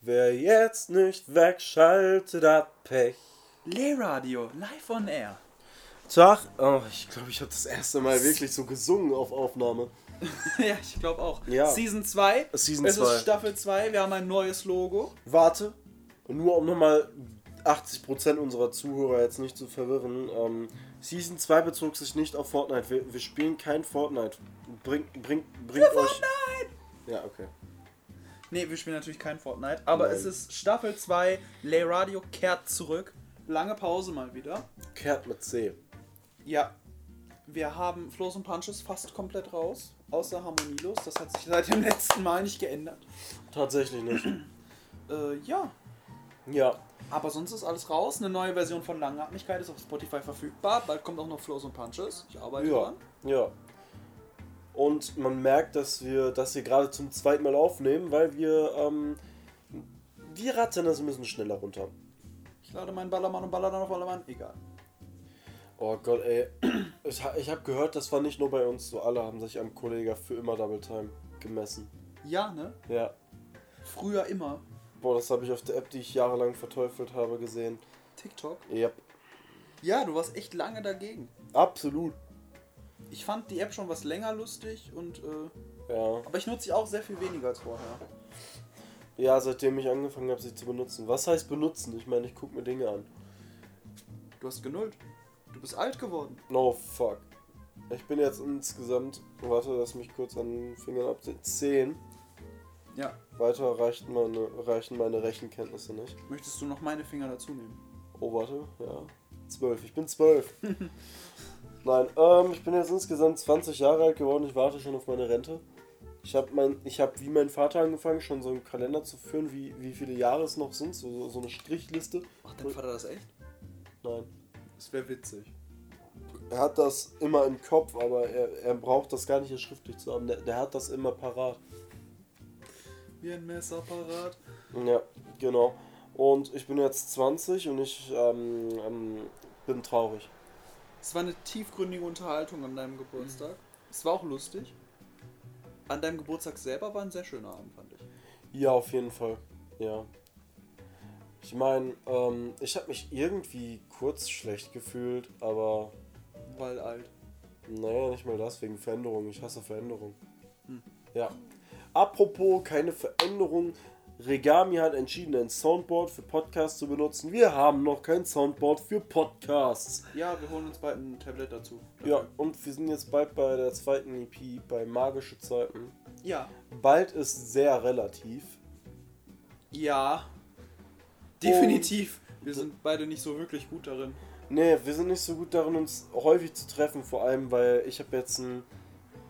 Wer jetzt nicht wegschaltet, hat Pech. Lehrradio, live on air. Tag. Oh, ich glaube, ich habe das erste Mal wirklich so gesungen auf Aufnahme. ja, ich glaube auch. Ja. Season 2. Season es zwei. ist Staffel 2. Wir haben ein neues Logo. Warte. Nur um nochmal 80% unserer Zuhörer jetzt nicht zu verwirren. Ähm, Season 2 bezog sich nicht auf Fortnite. Wir, wir spielen kein Fortnite. Bringt bring, bringt euch. Fortnite! Ja, okay. Nee, wir spielen natürlich kein Fortnite. Aber Nein. es ist Staffel 2. Lehrradio kehrt zurück. Lange Pause mal wieder. Kehrt mit C. Ja. Wir haben Flows und Punches fast komplett raus. Außer Harmonielos. Das hat sich seit dem letzten Mal nicht geändert. Tatsächlich nicht. Äh, ja. Ja. Aber sonst ist alles raus. Eine neue Version von Langatmigkeit ist auf Spotify verfügbar. Bald kommt auch noch Flows und Punches. Ich arbeite Ja. dran. Ja. Und man merkt, dass wir das hier gerade zum zweiten Mal aufnehmen, weil wir. Ähm, wir rattern das ein bisschen schneller runter. Ich lade meinen Ballermann und baller dann auf Ballermann. Egal. Oh Gott, ey. Ich, ha- ich habe gehört, das war nicht nur bei uns so. Alle haben sich am Kollega für immer Double Time gemessen. Ja, ne? Ja. Früher immer. Boah, das habe ich auf der App, die ich jahrelang verteufelt habe, gesehen. TikTok. Ja. Ja, du warst echt lange dagegen. Absolut. Ich fand die App schon was länger lustig und äh, Ja. aber ich nutze sie auch sehr viel weniger als vorher. Ja, seitdem ich angefangen habe, sie zu benutzen. Was heißt benutzen? Ich meine, ich gucke mir Dinge an. Du hast genullt. Du bist alt geworden. No fuck. Ich bin jetzt insgesamt, warte, lass mich kurz an den Fingern absehen. 10. Ja. Weiter reichen meine, reichen meine Rechenkenntnisse nicht. Möchtest du noch meine Finger dazu nehmen? Oh, warte, ja. 12. Ich bin 12. Nein, ähm, ich bin jetzt insgesamt 20 Jahre alt geworden. Ich warte schon auf meine Rente. Ich habe mein, ich hab wie mein Vater angefangen, schon so einen Kalender zu führen, wie, wie viele Jahre es noch sind. So, so, so eine Strichliste. Macht dein Vater das echt? Nein. Das wäre witzig. Er hat das immer im Kopf, aber er, er braucht das gar nicht hier schriftlich zu haben. Der, der hat das immer parat. Wie ein Messerparat. Ja, genau. Und ich bin jetzt 20 und ich ähm, ähm, bin traurig. Es war eine tiefgründige Unterhaltung an deinem Geburtstag. Es war auch lustig. An deinem Geburtstag selber war ein sehr schöner Abend, fand ich. Ja, auf jeden Fall. Ja. Ich meine, ähm, ich habe mich irgendwie kurz schlecht gefühlt, aber Weil alt. naja, nicht mal das wegen Veränderung. Ich hasse Veränderung. Hm. Ja. Apropos keine Veränderung. Regami hat entschieden, ein Soundboard für Podcasts zu benutzen. Wir haben noch kein Soundboard für Podcasts. Ja, wir holen uns bald ein Tablet dazu. Ja, und wir sind jetzt bald bei der zweiten EP, bei Magische Zeiten. Ja. Bald ist sehr relativ. Ja. Definitiv. Wir sind beide nicht so wirklich gut darin. Nee, wir sind nicht so gut darin, uns häufig zu treffen, vor allem weil ich habe jetzt einen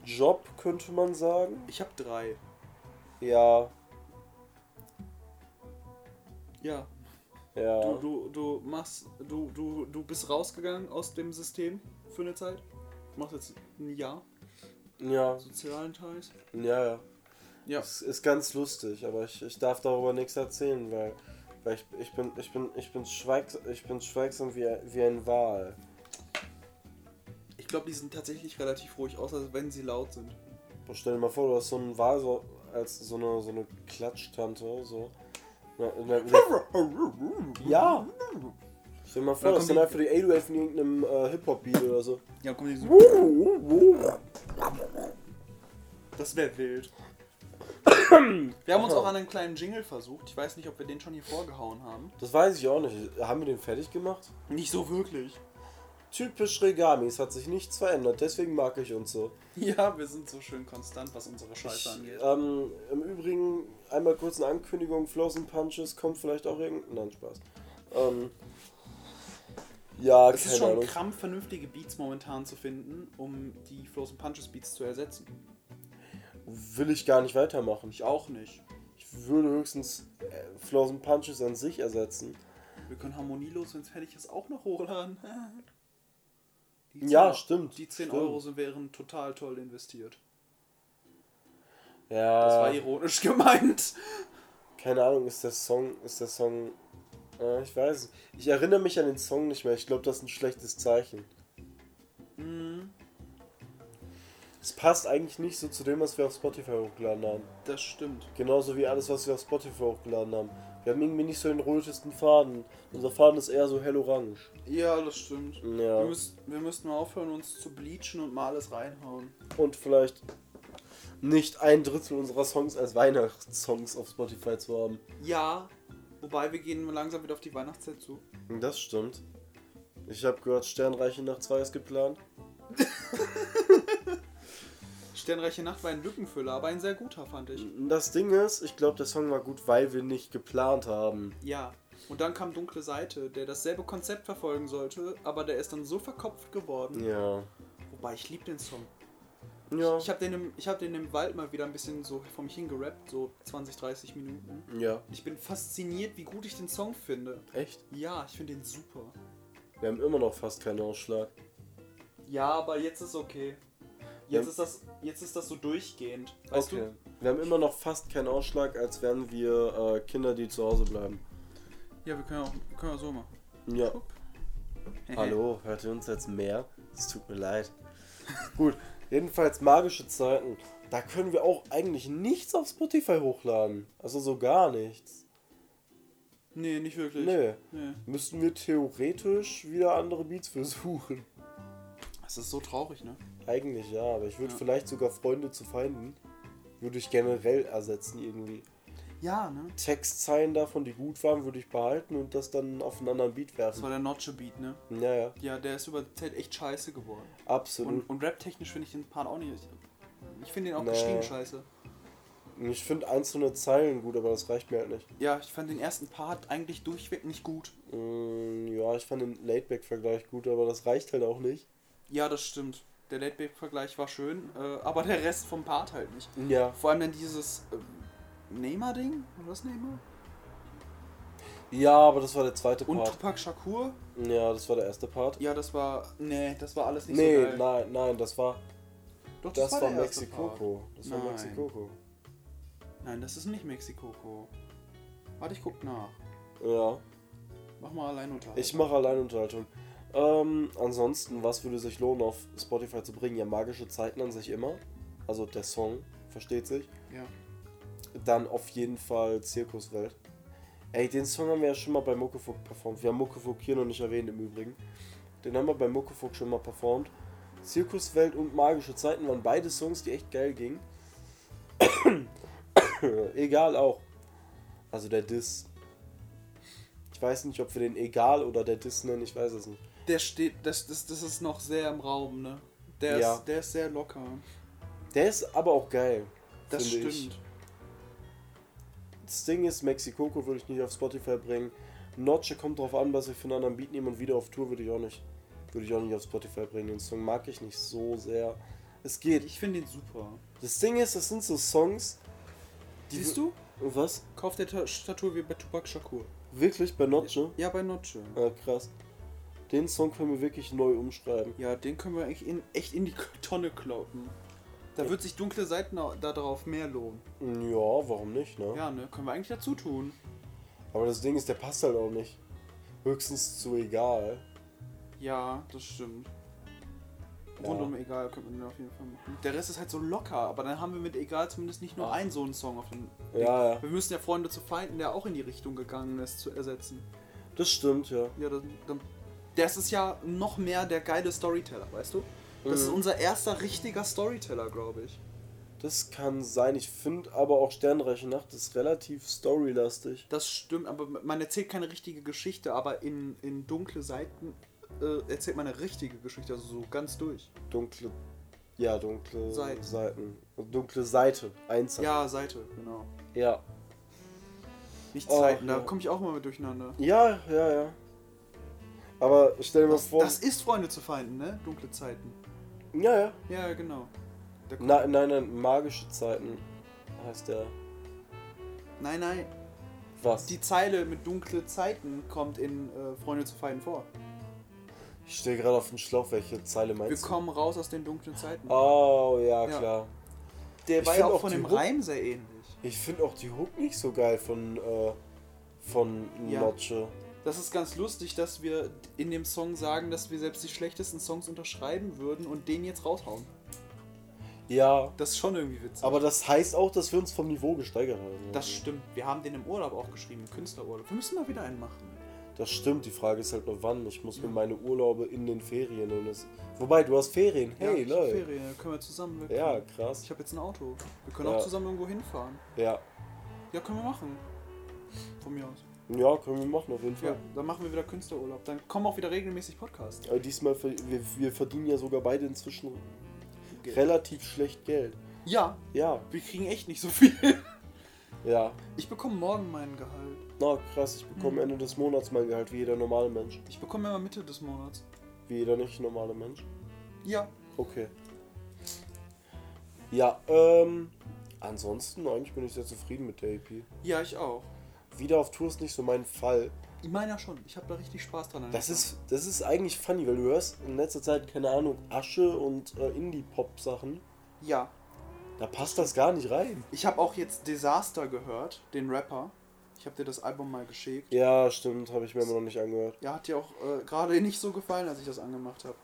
Job, könnte man sagen. Ich habe drei. Ja, Ja. ja. Du, du, du machst, du, du, du bist rausgegangen aus dem System für eine Zeit. Du machst jetzt ein Jahr Ja, sozialen Teils. ja, ja. Ja. Es ist ganz lustig, aber ich, ich darf darüber nichts erzählen, weil, weil ich, ich bin ich bin ich bin schweigs ich bin schweigsam wie, wie ein Wal. Ich glaube, die sind tatsächlich relativ ruhig, außer wenn sie laut sind. Boah, stell dir mal vor, du hast so einen Wal so als so eine so eine Klatschtante so. Na, na, na, ja. Stell dir mal vor, Na, das komm, sind die- einfach die A-Duel von irgendeinem äh, Hip-Hop-Beat oder so. Ja, komm, die sind. Das wäre wild. Wir haben uns auch an einen kleinen Jingle versucht. Ich weiß nicht, ob wir den schon hier vorgehauen haben. Das weiß ich auch nicht. Haben wir den fertig gemacht? Nicht so wirklich. Typisch Regami, es hat sich nichts verändert, deswegen mag ich uns so. Ja, wir sind so schön konstant, was unsere Scheiße Ich, angeht. ähm, Im Übrigen, einmal kurz eine Ankündigung, Flows and Punches, kommt vielleicht auch irgendein... Nein, Spaß. Ähm, ja, Es keine ist schon Ahnung. krampf, vernünftige Beats momentan zu finden, um die Flows and Punches Beats zu ersetzen. Will ich gar nicht weitermachen. Ich, Ich auch nicht. ich würde höchstens äh, Flows and Punches an sich ersetzen. Wir können harmonielos, wenn es fertig ist, auch noch hochladen. Die zehn Ja, Euro- stimmt, Die 10 stimmt. Äh. Euro sind, wären total toll investiert. Ja, Das war ironisch gemeint. keine Ahnung, ist der Song... Ist der Song... Äh, ich weiß nicht. Ich erinnere mich an den Song Mhm. nicht mehr. Ich glaube, das ist ein schlechtes Zeichen. Es passt eigentlich nicht so zu dem, was wir auf Spotify hochgeladen haben. Das stimmt. Genauso wie alles, was wir auf Spotify hochgeladen haben. Wir haben irgendwie nicht so den rotesten Faden. Unser Faden ist eher so hellorange. Ja, das stimmt. Wir, Ja. müssen, wir müssten mal aufhören, uns zu bleachen und mal alles reinhauen. Und vielleicht nicht ein Drittel unserer Songs als Weihnachtssongs auf Spotify zu haben. Ja, wobei wir gehen langsam wieder auf die Weihnachtszeit zu. Das stimmt. Ich habe gehört, Sternreiche nach 2 ist geplant. Sternreiche Nacht war ein Lückenfüller, aber ein sehr guter, fand ich. Das Ding ist, ich glaube, der Song war gut, weil wir nicht geplant haben. Ja. Und dann kam Dunkle Seite, der dasselbe Konzept verfolgen sollte, aber der ist dann so verkopft geworden. Ja. Wobei, ich lieb den Song. Ja. Ich habe den, im- ich hab den im Wald mal wieder ein bisschen so vor mich hingerappt, so 20, 30 Minuten. Ja. Ich bin fasziniert, wie gut ich den Song finde. Echt? Ja, ich finde den super. Wir haben immer noch fast keinen Ausschlag. Ja, aber jetzt ist okay. Jetzt, Ja. ist, das, jetzt ist das so durchgehend. Weißt okay. Wir haben immer noch fast keinen Ausschlag, als wären wir äh, Kinder, die zu Hause bleiben. du? Ja, wir können auch, können auch so machen. Ja. Hallo, hört ihr uns jetzt mehr? Es tut mir leid. Gut, jedenfalls magische Zeiten. Da können wir auch eigentlich nichts auf Spotify hochladen. Also so gar nichts. Nee, nicht wirklich. Nee. Nee. Müssten wir theoretisch wieder andere Beats versuchen. Das ist so traurig, ne? Eigentlich ja, aber ich würde Ja. vielleicht sogar Freunde zu Feinden. Würde ich generell ersetzen irgendwie. Ja, ne? Textzeilen davon, die gut waren, würde ich behalten und das dann auf einen anderen Beat Das werfen. war der Notche-Beat, ne? Ja, ja, Ja, der ist über die Zeit echt scheiße geworden. absolut. Und, und rap-technisch finde ich den Part auch nicht. Ich finde den auch Nee. geschrieben scheiße. ich finde einzelne Zeilen gut, aber das reicht mir halt nicht. Ja, ich fand den ersten Part eigentlich durchweg nicht gut. Mm, ja, ich fand den Laidback-Vergleich gut, aber das reicht halt auch nicht. Ja, das stimmt. Der Late-Back-Vergleich war schön, äh, aber der Rest vom Part halt nicht. Ja. Vor allem dann dieses ähm, Neymar-Ding. War das Neymar? Ja, aber das war der zweite Und Part. Tupac Shakur. Ja, das war der erste Part. Ja, das war. Nee, das war alles nicht nee, so geil. nein, nein, das war. Doch, Das, war der erste Part. Mexikoko. Das war Nein. Mexikoko. Nein, das ist nicht Mexikoko. Warte, ich guck nach. Ja. Mach mal allein unter. Ich mache Alleinunterhaltung. Ähm, ansonsten, was würde sich lohnen, auf Spotify zu bringen? Ja, magische Zeiten an sich immer. Also der Song, versteht sich. Ja. Dann auf jeden Fall Zirkuswelt. Ey, den Song haben wir ja schon mal bei Muckefuck performt. Wir haben Muckefuck hier noch nicht erwähnt im Übrigen. Den haben wir bei Muckefuck schon mal performt. Zirkuswelt und Magische Zeiten waren beide Songs, die echt geil gingen. Egal auch. Also der Diss. Ich weiß nicht, ob wir den Egal oder der Diss nennen, ich weiß es nicht. Der steht. Das, das, das ist noch sehr im Raum, ne? Der, Ja. ist, der ist sehr locker. Der ist aber auch geil. Das finde ich. stimmt. Das Ding ist, Mexikoko würde ich nicht auf Spotify bringen. Notche kommt drauf an, was wir für einen anderen Beat nehmen und wieder auf Tour würde ich auch nicht. Würde ich auch nicht auf Spotify bringen. Den Song mag ich nicht so sehr. Es geht. Ich finde ihn super. Das Ding ist, das sind so Songs. Siehst du? Was? Kauf der Ta- Statue wie bei Tupac Shakur. Wirklich bei Notche? Ja, bei Notche. Ah, krass. Den Song können wir wirklich neu umschreiben. Ja, den können wir eigentlich in, echt in die K- Tonne kloppen. Da Ja. wird sich dunkle Seiten au- darauf mehr lohnen. Ja, warum nicht, ne? Ja, ne? Können wir eigentlich dazu tun. Aber das Ding ist, der passt halt auch nicht. Höchstens zu egal. Ja, das stimmt. Ja. Rundum egal, könnte man den auf jeden Fall machen. Der Rest ist halt so locker, aber dann haben wir mit egal zumindest nicht nur einen so einen Song auf dem. Ja, ja. Wir müssen ja Freunde zu Feinden, der auch in die Richtung gegangen ist, zu ersetzen. Das stimmt, ja. Ja, dann. dann das ist ja noch mehr der geile Storyteller, weißt du? Das Mhm. ist unser erster richtiger Storyteller, glaube ich. Das kann sein. Ich finde aber auch Sternreiche Nacht ist relativ storylastig. Das stimmt, aber man erzählt keine richtige Geschichte, aber in, in dunkle Seiten äh, erzählt man eine richtige Geschichte, also so ganz durch. Dunkle. Ja, dunkle Seiten. Seiten. Dunkle Seite. Einzeln. Ja, Seite, genau. Ja. Nicht Oh, Seiten, da ja. komme ich auch mal mit durcheinander. Ja, ja, ja. Aber stell dir mal Das, vor. das ist Freunde zu Feinden, ne? Dunkle Zeiten. ja, ja. Ja, genau. Da kommt- Nein, nein, nein. Magische Zeiten heißt der. nein, nein, Was? die Zeile mit dunkle Zeiten kommt in äh, Freunde zu Feinden vor. ich stehe gerade auf den Schlauch. Welche Zeile Wir meinst du? kommen raus aus den dunklen Zeiten. Oh, ja, Ja. klar. Der ich war ja find auch auch von die dem Hook- Reim sehr ähnlich. Ich finde auch die Hook nicht so geil von, äh, von Ja. Notche. Das ist ganz lustig, dass wir in dem Song sagen, dass wir selbst die schlechtesten Songs unterschreiben würden und den jetzt raushauen. Ja, Das ist schon irgendwie witzig. aber das heißt auch, dass wir uns vom Niveau gesteigert haben. das stimmt. Wir haben den im Urlaub auch geschrieben, im Künstlerurlaub. Wir müssen mal wieder einen machen. Das stimmt, die Frage ist halt nur wann. Ich muss mir meine Urlaube in den Ferien nehmen. Das- Wobei, du hast Ferien. Hey, ich hab Leute. Ferien, dann können wir zusammen weg. Ja, krass. Ich habe jetzt ein Auto. Wir können Ja. auch zusammen irgendwo hinfahren. Ja. Ja, können wir machen. Von mir aus. Ja, können wir machen, auf jeden Ja, Fall. dann machen wir wieder Künstlerurlaub. Dann kommen auch wieder regelmäßig Podcasts. Aber diesmal, ver- wir, wir verdienen ja sogar beide inzwischen relativ schlecht Geld. Ja, Ja, wir kriegen echt nicht so viel. ja. Ich bekomme morgen meinen Gehalt. Na, krass, ich bekomme Mhm. Ende des Monats mein Gehalt, wie jeder normale Mensch. Ich bekomme immer Mitte des Monats. Wie jeder nicht normale Mensch. Ja. Okay. Ja, ähm. Ansonsten, eigentlich bin ich sehr zufrieden mit der EP. Ja, ich auch. Wieder auf Tour ist nicht so mein Fall. Ich meine ja schon. Ich habe da richtig Spaß dran. Das ist, das ist eigentlich funny, weil du hörst in letzter Zeit, keine Ahnung, Asche und äh, Indie-Pop-Sachen. Ja. Da passt das gar nicht rein. Ich habe auch jetzt Disaster gehört, den Rapper. Ich habe dir das Album mal geschickt. Ja, stimmt, habe ich mir immer noch nicht angehört. Ja, hat dir auch äh, gerade nicht so gefallen, als ich das angemacht habe.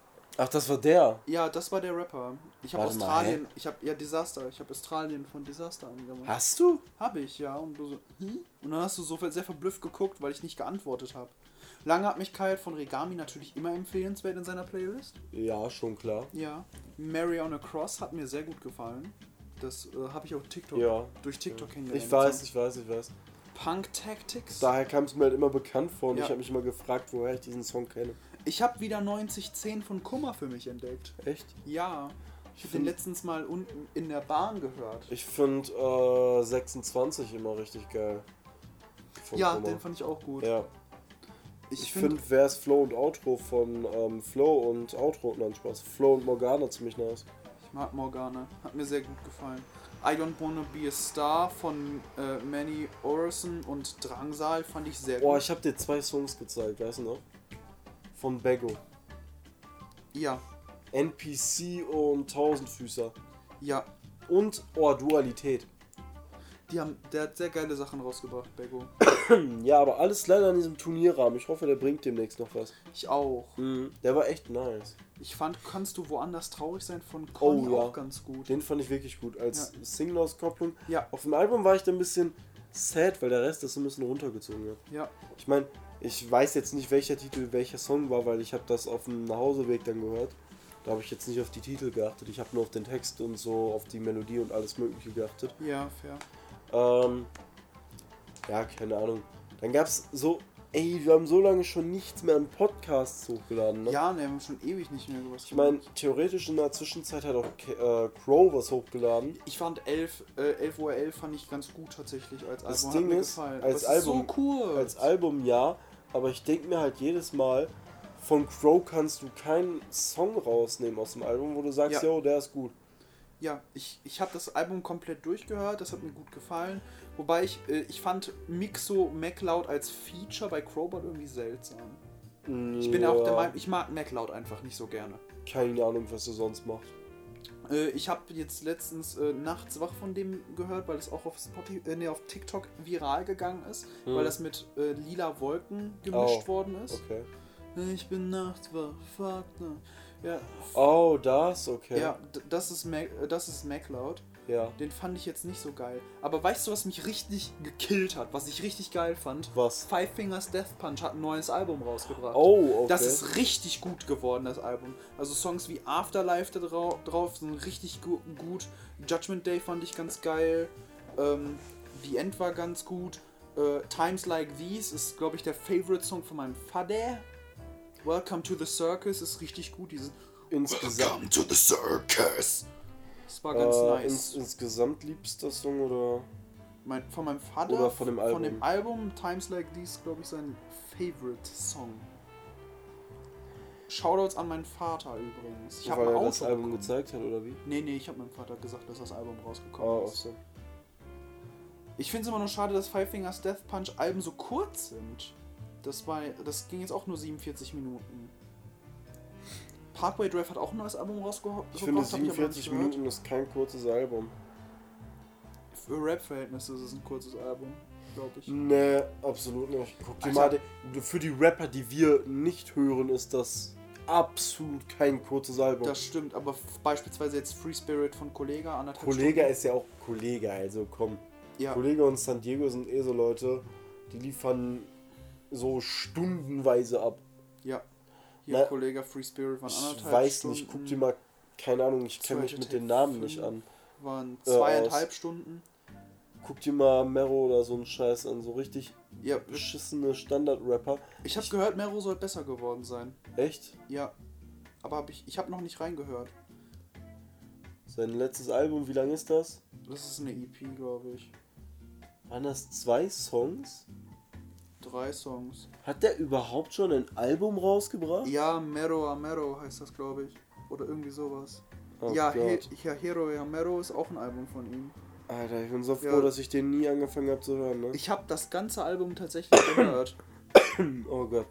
Ach, das war der. Ja, das war der Rapper. Ich habe Warte mal, Australien, ich habe ja Disaster, ich habe Australien von Disaster angemacht. Hast du? Habe ich, ja. Und du so, hm? Und dann hast du so ver- sehr verblüfft geguckt, weil ich nicht geantwortet habe. Lange hat mich Kyle von Regami natürlich immer empfehlenswert in seiner Playlist. Ja, schon klar. Ja. Mary on a Cross hat mir sehr gut gefallen. Das äh, habe ich auf TikTok. Ja. Durch TikTok kennengelernt. Ich weiß, ich weiß, ich weiß. Punk Tactics. Daher kam es mir halt immer bekannt vor und Ja. ich habe mich immer gefragt, woher ich diesen Song kenne. Ich habe wieder 9010 von Kummer für mich entdeckt. Echt? Ja. Ich habe den find- letztens mal unten in der Bahn gehört. Ich finde äh, 26 immer richtig geil. Von ja, Kummer. den fand ich auch gut. ja. Ich Ich finde, finde, wär's Flow und Outro von ähm, Flow und Outro, nein, Spaß. Flow und Morgana ziemlich nice. ich mag Morgana. Hat mir sehr gut gefallen. I Don't Wanna Be a Star von äh, Manny Orson und Drangsal fand ich sehr Boah, gut. ich hab dir zwei Songs gezeigt, weißt du noch? Von Beggo. Ja, NPC und Tausendfüßer. ja. Und, oh, Dualität. Die haben, der hat sehr geile Sachen rausgebracht, Bego. Ja, aber alles leider in diesem Turnierrahmen. Ich hoffe, der bringt demnächst noch was. Ich auch. Der war echt nice. Ich fand Kannst du woanders traurig sein von Conny Oh, ja. auch ganz gut. Den fand ich wirklich gut als Ja. Single-Auskopplung. Ja, Auf dem Album war ich da ein bisschen sad, weil der Rest das so ein bisschen runtergezogen hat. ja, Ich meine, ich weiß jetzt nicht, welcher Titel welcher Song war, weil ich habe das auf dem Nachhauseweg dann gehört. Da habe ich jetzt nicht auf die Titel geachtet. Ich habe nur auf den Text und so, auf die Melodie und alles Mögliche geachtet. ja, fair. Ähm, ja, keine Ahnung. Dann gab's so, ey, wir haben so lange schon nichts mehr an Podcasts hochgeladen, ne? Ja, ne, wir haben schon ewig nicht mehr über was Ich meine, theoretisch in der Zwischenzeit hat auch K äh, Crow was hochgeladen. Ich fand 11, äh, 11 Uhr 11 fand ich ganz gut tatsächlich als Album. Das Hat Ding mir ist, gefallen. als Aber es ist Album- so cool. Als Album ja, aber ich denke mir halt jedes Mal, von Crow kannst du keinen Song rausnehmen aus dem Album, wo du sagst, Ja. yo, der ist gut. ja, ich, ich habe das Album komplett durchgehört, das hat mir gut gefallen. Wobei ich, äh, ich fand Mixo MacLeod als Feature bei Crowbot irgendwie seltsam. Ich bin auch der Meinung, ich mag MacLeod einfach nicht so gerne. Keine Ahnung, was du sonst machst. Äh, ich habe jetzt letztens äh, nachts wach von dem gehört, weil es auch auf, Spotify, äh, nee, auf TikTok viral gegangen ist, Hm. weil das mit äh, lila Wolken gemischt Oh, worden ist. Äh, Okay. Ich bin nachts wach, fuck no. Ja, Oh, das? Okay. ja d- das ist, Mac, äh, das ist MacLeod. ja. Den fand ich jetzt nicht so geil. Aber weißt du, was mich richtig gekillt hat, was ich richtig geil fand? Was? Five Fingers Death Punch hat ein neues Album rausgebracht. Oh, okay. Das ist richtig gut geworden, das Album. Also Songs wie Afterlife da drau drauf sind richtig gu gut. Judgment Day fand ich ganz geil. Ähm, The End war ganz gut. Äh, Times Like These ist, glaube ich, der Favorite-Song von meinem Vater. Welcome to the Circus ist richtig gut. Dieses insgesamt. to the Circus. Das war ganz Äh, ins, nice. insgesamt liebster Song oder? Mein, von meinem Vater. Oder von dem Von Album. dem Album Times Like These, glaube ich, sein Favorite-Song. Shoutouts an meinen Vater übrigens. Ich habe weil ein er Auto. das Album bekommen. gezeigt hat oder wie? Nee, nee, ich habe meinem Vater gesagt, dass das Album rausgekommen Oh, ist. awesome. Ich finde es immer nur schade, dass Five Fingers Death Punch Alben so kurz sind. Das, war, das ging jetzt auch nur 47 Minuten. Parkway Drive hat auch ein neues Album rausgebracht. Ich finde hab aber nicht 47 gehört. Minuten ist kein kurzes Album. Für Rap-Verhältnisse ist es ein kurzes Album, glaube ich. Nee, absolut nicht. Guck dir Alter. mal, die- für die Rapper, die wir nicht hören, ist das absolut kein kurzes Album. Das stimmt, aber f- beispielsweise jetzt Free Spirit von Kollega, anderthalb Kollega ist ja auch Kollega, also komm. Stunden. Ja, Kollege und San Diego sind eh so Leute, die liefern so stundenweise ab. ja. Hier Na, Kollega, Free Spirit waren Ich anderthalb weiß Stunden. nicht, guck dir mal, keine Ahnung, ich kenne mich Zweite mit Tipp den Namen fünf. nicht an. Waren äh, aus. zweieinhalb Stunden. Guck dir mal Mero oder so einen Scheiß an, so richtig Ja, beschissene Standard-Rapper. ich habe gehört, Mero soll besser geworden sein. Echt? Ja, aber hab ich, ich habe noch nicht reingehört. Sein letztes Album, wie lang ist das? Das ist eine EP, glaube ich. Waren das zwei Songs? Drei Songs. Hat der überhaupt schon ein Album rausgebracht? Ja, Mero Amero heißt das, glaube ich. Oder irgendwie sowas. Oh ja, He Gott. ja, Hero Amero ist auch ein Album von ihm. Alter, ich bin so froh, Ja. dass ich den nie angefangen habe zu hören, ne? Ich habe das ganze Album tatsächlich gehört. Oh Gott.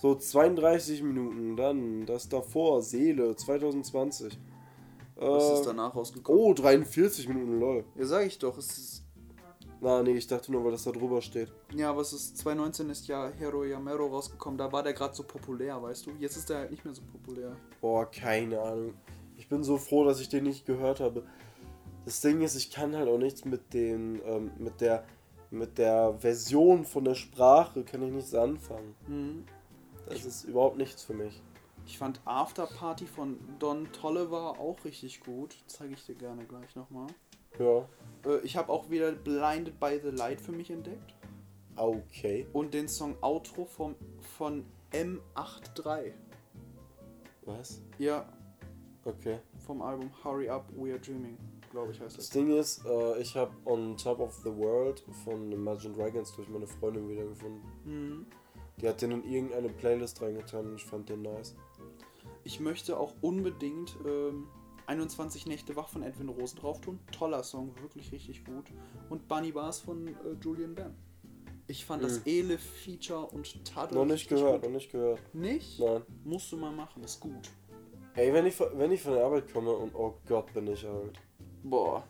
So 32 Minuten, dann das davor, Seele, 2020. Was ist Äh, danach rausgekommen? oh, 43 Minuten, lol. Ja, sag ich doch. Es ist, Na, nee, ich dachte nur, weil das da drüber steht. ja, was ist 2019 ist ja Hero Yamero rausgekommen. Da war der gerade so populär, weißt du? Jetzt ist der halt nicht mehr so populär. Boah, keine Ahnung. Ich bin so froh, dass ich den nicht gehört habe. Das Ding ist, ich kann halt auch nichts mit den, ähm, mit der, mit der Version von der Sprache kann ich nichts anfangen. Hm. Das ist überhaupt nichts für mich. Ich fand After Party von Don Tolliver auch richtig gut. Zeige ich dir gerne gleich nochmal. Ja. Äh, ich habe auch wieder Blinded by the Light für mich entdeckt. Ah, Okay. Und den Song Outro vom, von M83. Was? Ja, Okay. vom Album Hurry Up, We Are Dreaming, glaube ich heißt Das das. Ding ist, äh, ich habe On Top of the World von Imagine Dragons durch meine Freundin wiedergefunden. Mhm. Die hat den in irgendeine Playlist reingetan und ich fand den nice. Ich möchte auch unbedingt ähm, 21 Nächte wach von Edwin Rosen drauf tun. Toller Song, wirklich richtig gut. Und Bunny Bars von äh, Julian Bam. Ich fand das Mhm. Elif-Feature und Tadel. noch nicht Ah, richtig gehört, noch Gut. nicht gehört. Nicht? Nein. Musst du mal machen, ist gut. Ey, wenn ich, von- wenn ich von der Arbeit komme und oh Gott, bin ich alt. Boah.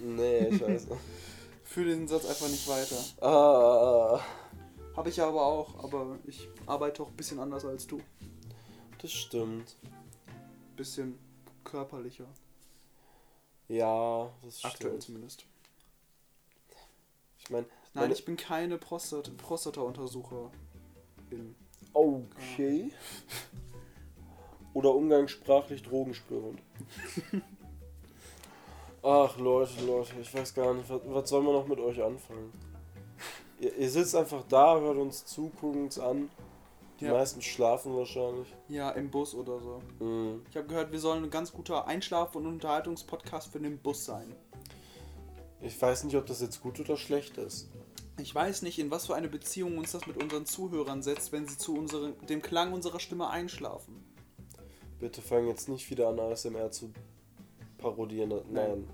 Nee, scheiße. Fühle den Satz einfach nicht weiter. ah, Habe ich ja aber auch, aber ich arbeite auch ein bisschen anders als du. das stimmt. Bisschen körperlicher. Ja, das Aktuell stimmt. zumindest. Ich meine, Nein, Meine- ich bin keine Prostat Prostata-Untersucher. In. okay. Oder umgangssprachlich drogenspürend. Ach Leute, Leute, ich weiß gar nicht, was, was soll man noch mit euch anfangen? Ihr, ihr sitzt einfach da, hört uns zu, guckt uns an. Die Ja. meisten schlafen wahrscheinlich. Ja, im Bus oder so. Mhm. Ich habe gehört, wir sollen ein ganz guter Einschlaf- und Unterhaltungspodcast für den Bus sein. Ich weiß nicht, ob das jetzt gut oder schlecht ist. Ich weiß nicht, in was für eine Beziehung uns das mit unseren Zuhörern setzt, wenn sie zu unseren, dem Klang unserer Stimme einschlafen. Bitte fang jetzt nicht wieder an, ASMR zu parodieren. Nein. Nein.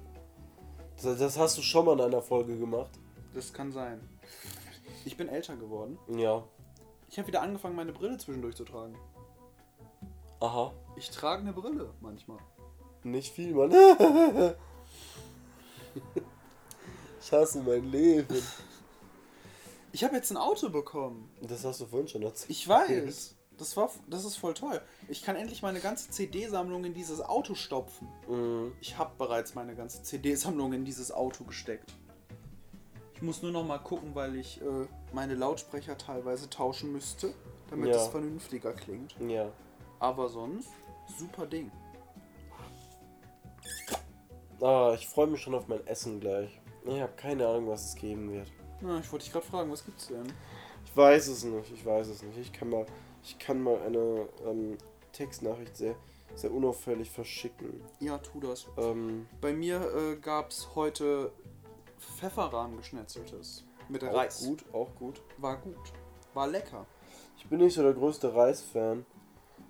Das, das hast du schon mal in einer Folge gemacht. Das kann sein. Ich bin älter geworden. Ja. Ich habe wieder angefangen, meine Brille zwischendurch zu tragen. Aha. Ich trage eine Brille manchmal. Nicht viel, Mann. ich hasse mein Leben. Ich habe jetzt ein Auto bekommen. Das hast du vorhin schon erzählt. Ich weiß. Das, war, das ist voll toll. Ich kann endlich meine ganze CD-Sammlung in dieses Auto stopfen. Mhm. Ich habe bereits meine ganze CD-Sammlung in dieses Auto gesteckt. Ich muss nur noch mal gucken, weil ich äh, meine Lautsprecher teilweise tauschen müsste, damit Ja. es vernünftiger klingt. Ja. Aber sonst, super Ding. Ah, ich freue mich schon auf mein Essen gleich. Ich habe keine Ahnung, was es geben wird. Na, ich wollte dich gerade fragen, was gibt's denn? Ich weiß es nicht, ich weiß es nicht. Ich kann mal, ich kann mal eine ähm, Textnachricht sehr, sehr unauffällig verschicken. Ja, tu das. Ähm, Bei mir äh, gab's heute Pfefferrahm geschnetzeltes mit auch Reis. gut, auch gut. War gut. War lecker. Ich bin nicht so der größte Reis-Fan.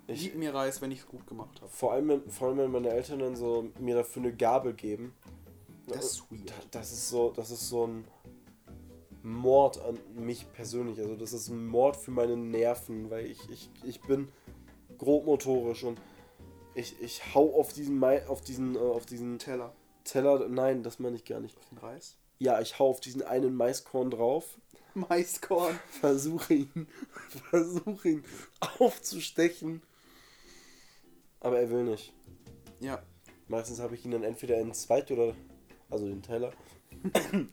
Ich, Lieb mir Reis, wenn ich es gut gemacht habe. vor, allem, wenn- vor allem, wenn meine Eltern dann so mir dafür eine Gabel geben. Das ist Da- weird. Das ist so, das ist so ein Mord an mich persönlich. Also das ist ein Mord für meine Nerven, weil ich, ich, ich bin grobmotorisch und ich, ich hau auf diesen Mai, auf diesen, äh, auf diesen Teller. Teller. Nein, das meine ich gar nicht. Ein Reis? Ja, ich hau auf diesen einen Maiskorn drauf, Maiskorn. versuche ihn, versuche ihn aufzustechen Aber er will nicht. Ja. Meistens habe ich ihn dann entweder in zweit oder. Also den Teller.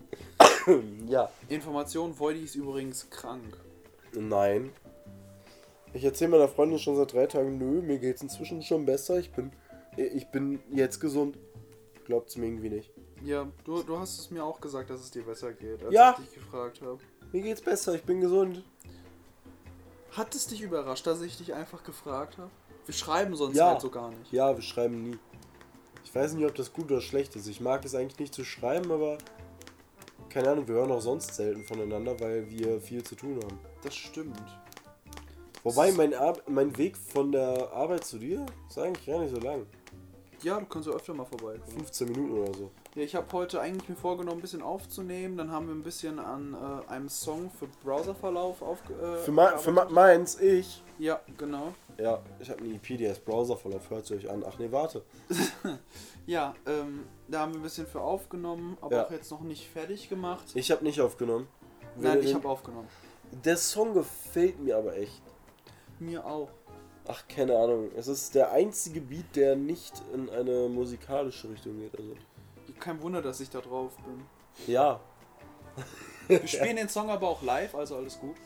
ja. Information, Voidy ist übrigens krank. Nein. Ich erzähle meiner Freundin schon seit drei Tagen, nö, mir geht's inzwischen schon besser. Ich bin. Ich bin jetzt gesund. Glaubt's mir irgendwie nicht. Ja, du, du hast es mir auch gesagt, dass es dir besser geht, als Ja. ich dich gefragt habe. Mir geht's besser, ich bin gesund. Hat es dich überrascht, dass ich dich einfach gefragt habe? Wir schreiben sonst Ja. halt so gar nicht. Ja, wir schreiben nie. Ich weiß nicht, ob das gut oder schlecht ist. Ich mag es eigentlich nicht zu schreiben, aber keine Ahnung, wir hören auch sonst selten voneinander, weil wir viel zu tun haben. Das stimmt. Wobei mein, Ar mein Weg von der Arbeit zu dir ist eigentlich gar nicht so lang. Ja, du kannst ja öfter mal vorbeikommen. 15 Minuten oder so. Ja, ich habe heute eigentlich mir vorgenommen, ein bisschen aufzunehmen. Dann haben wir ein bisschen an äh, einem Song für Browserverlauf aufge... Äh, Für, ma gearbeitet. für ma meins, ich. Ja, genau. Ja, ich E habe eine EP, die heißt Browser voller. Hört sie euch an. Ach nee, warte. Ja, ähm, da haben wir ein bisschen für aufgenommen, aber Ja. auch jetzt noch nicht fertig gemacht. Ich habe nicht aufgenommen. Nein, Würde ich den- habe aufgenommen. Der Song gefällt mir aber echt. Mir auch. Ach, keine Ahnung. Es ist der einzige Beat, der nicht in eine musikalische Richtung geht. Also. Kein Wunder, dass ich da drauf bin. Ja. Wir spielen den Song aber auch live, also alles gut.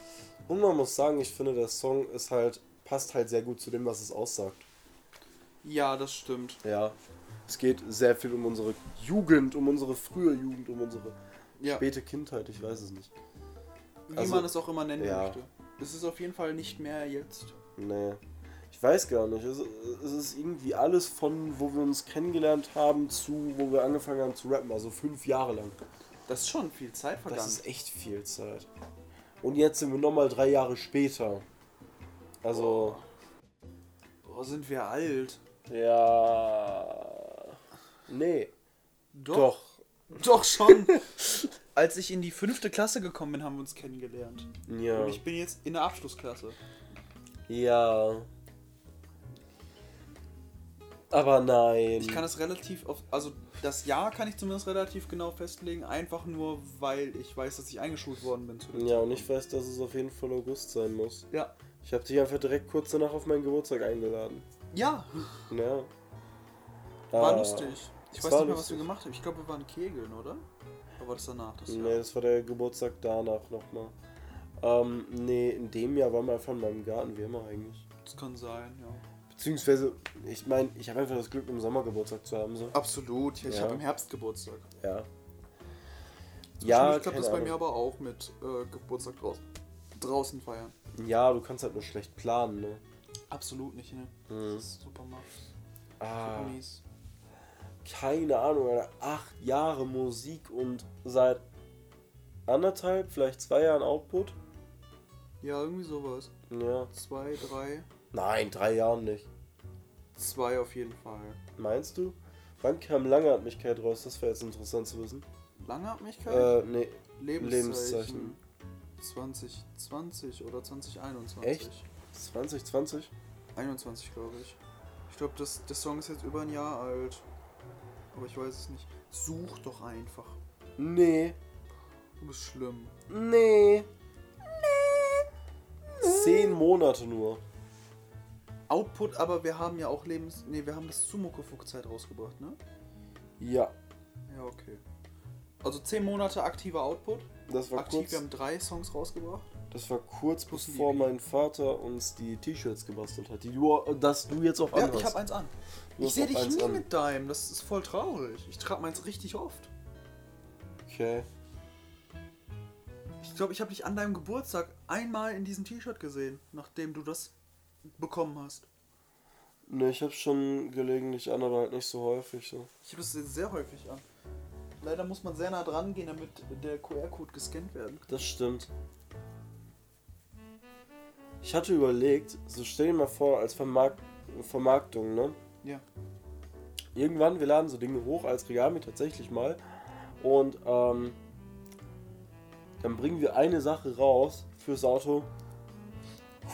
Und man muss sagen, ich finde, der Song ist halt, passt halt sehr gut zu dem, was es aussagt. Ja, das stimmt. Ja. Es geht sehr viel um unsere Jugend, um unsere frühe Jugend, um unsere Ja, späte Kindheit, ich weiß es nicht. wie also- man es auch immer nennen ja. möchte. Es ist auf jeden Fall nicht mehr jetzt. Nee. Ich weiß gar nicht. Es, es ist irgendwie alles von, wo wir uns kennengelernt haben, zu, wo wir angefangen haben zu rappen. Also fünf Jahre lang. Das ist schon viel Zeit Das vergangen. ist echt viel Zeit. Und jetzt sind wir nochmal drei Jahre später. Also, Boah, sind wir alt. ja. Nee. Doch. Doch schon. Als ich in die fünfte Klasse gekommen bin, haben wir uns kennengelernt. Ja. Und ich bin jetzt in der Abschlussklasse. Ja. Aber nein. Ich kann es relativ auf, also das Jahr kann ich zumindest relativ genau festlegen, einfach nur weil ich weiß, dass ich eingeschult worden bin. Zu dem ja, und ich weiß, dass es auf jeden Fall August sein muss. ja. Ich habe dich einfach direkt kurz danach auf meinen Geburtstag eingeladen. Ja, Ja. war Ah. lustig. Ich es weiß war nicht mehr, was wir lustig. gemacht haben. Ich glaube, wir waren Kegeln, oder? Aber war das danach? Das Nee, Jahr? das war der Geburtstag danach nochmal. Ähm, nee, in dem Jahr waren wir einfach in meinem Garten, wie immer eigentlich. Das kann sein, ja. Beziehungsweise, ich meine, ich habe einfach das Glück, im Sommer Geburtstag zu haben, so. Absolut. Ich Ja. habe im Herbst Geburtstag. Also Ja. Ja, ich glaube, keine das ist bei mir Ahnung. aber auch mit äh, Geburtstag draußen. Draußen feiern. Ja, du kannst halt nur schlecht planen, ne? Absolut nicht, ne? Mhm. Das ist super mal. Ah, Mies. keine Ahnung, Alter. Acht Jahre Musik und seit anderthalb, vielleicht zwei Jahren Output. Ja, irgendwie sowas. Ja. Zwei, drei. Nein, drei Jahren nicht. Zwei auf jeden Fall. Meinst du? Wann kam Langatmigkeit raus? Das wäre jetzt interessant zu wissen. Langatmigkeit? Äh, nee, Lebenszeichen. 2020 oder 2021. Echt? 2020? 21, glaube ich. Ich glaube, das, der Song ist jetzt über ein Jahr alt. Aber ich weiß es nicht. Such doch einfach. Nee. Du bist schlimm. Nee. Zehn Monate nur. Output, aber wir haben ja auch Lebens... Ne, wir haben das zu Muckefuck-Zeit rausgebracht, ne? Ja. Ja, okay. Also 10 Monate aktiver Output. Das war Aktiv, wir kurz, haben drei Songs rausgebracht. das war kurz Plus ein bevor Baby. mein Vater uns die T-Shirts gebastelt hat, die du, dass du jetzt auch Ja, anhast. ich habe eins an. Du Ich hast sehe auch dich eins nie an. mit deinem. Das ist voll traurig. Ich trage meins richtig oft. Okay. Ich glaube, ich habe dich an deinem Geburtstag einmal in diesem T-Shirt gesehen, nachdem du das bekommen hast. Ne, ich hab's schon gelegentlich an, aber halt nicht so häufig so. Ich habe das jetzt sehr häufig an. Leider muss man sehr nah dran gehen, damit der QR-Code gescannt werden kann. Das stimmt. Ich hatte überlegt, so stell dir mal vor, als Vermark Vermarktung, ne? Ja. Irgendwann, wir laden so Dinge hoch als Regami tatsächlich mal. Und ähm, dann bringen wir eine Sache raus fürs Auto.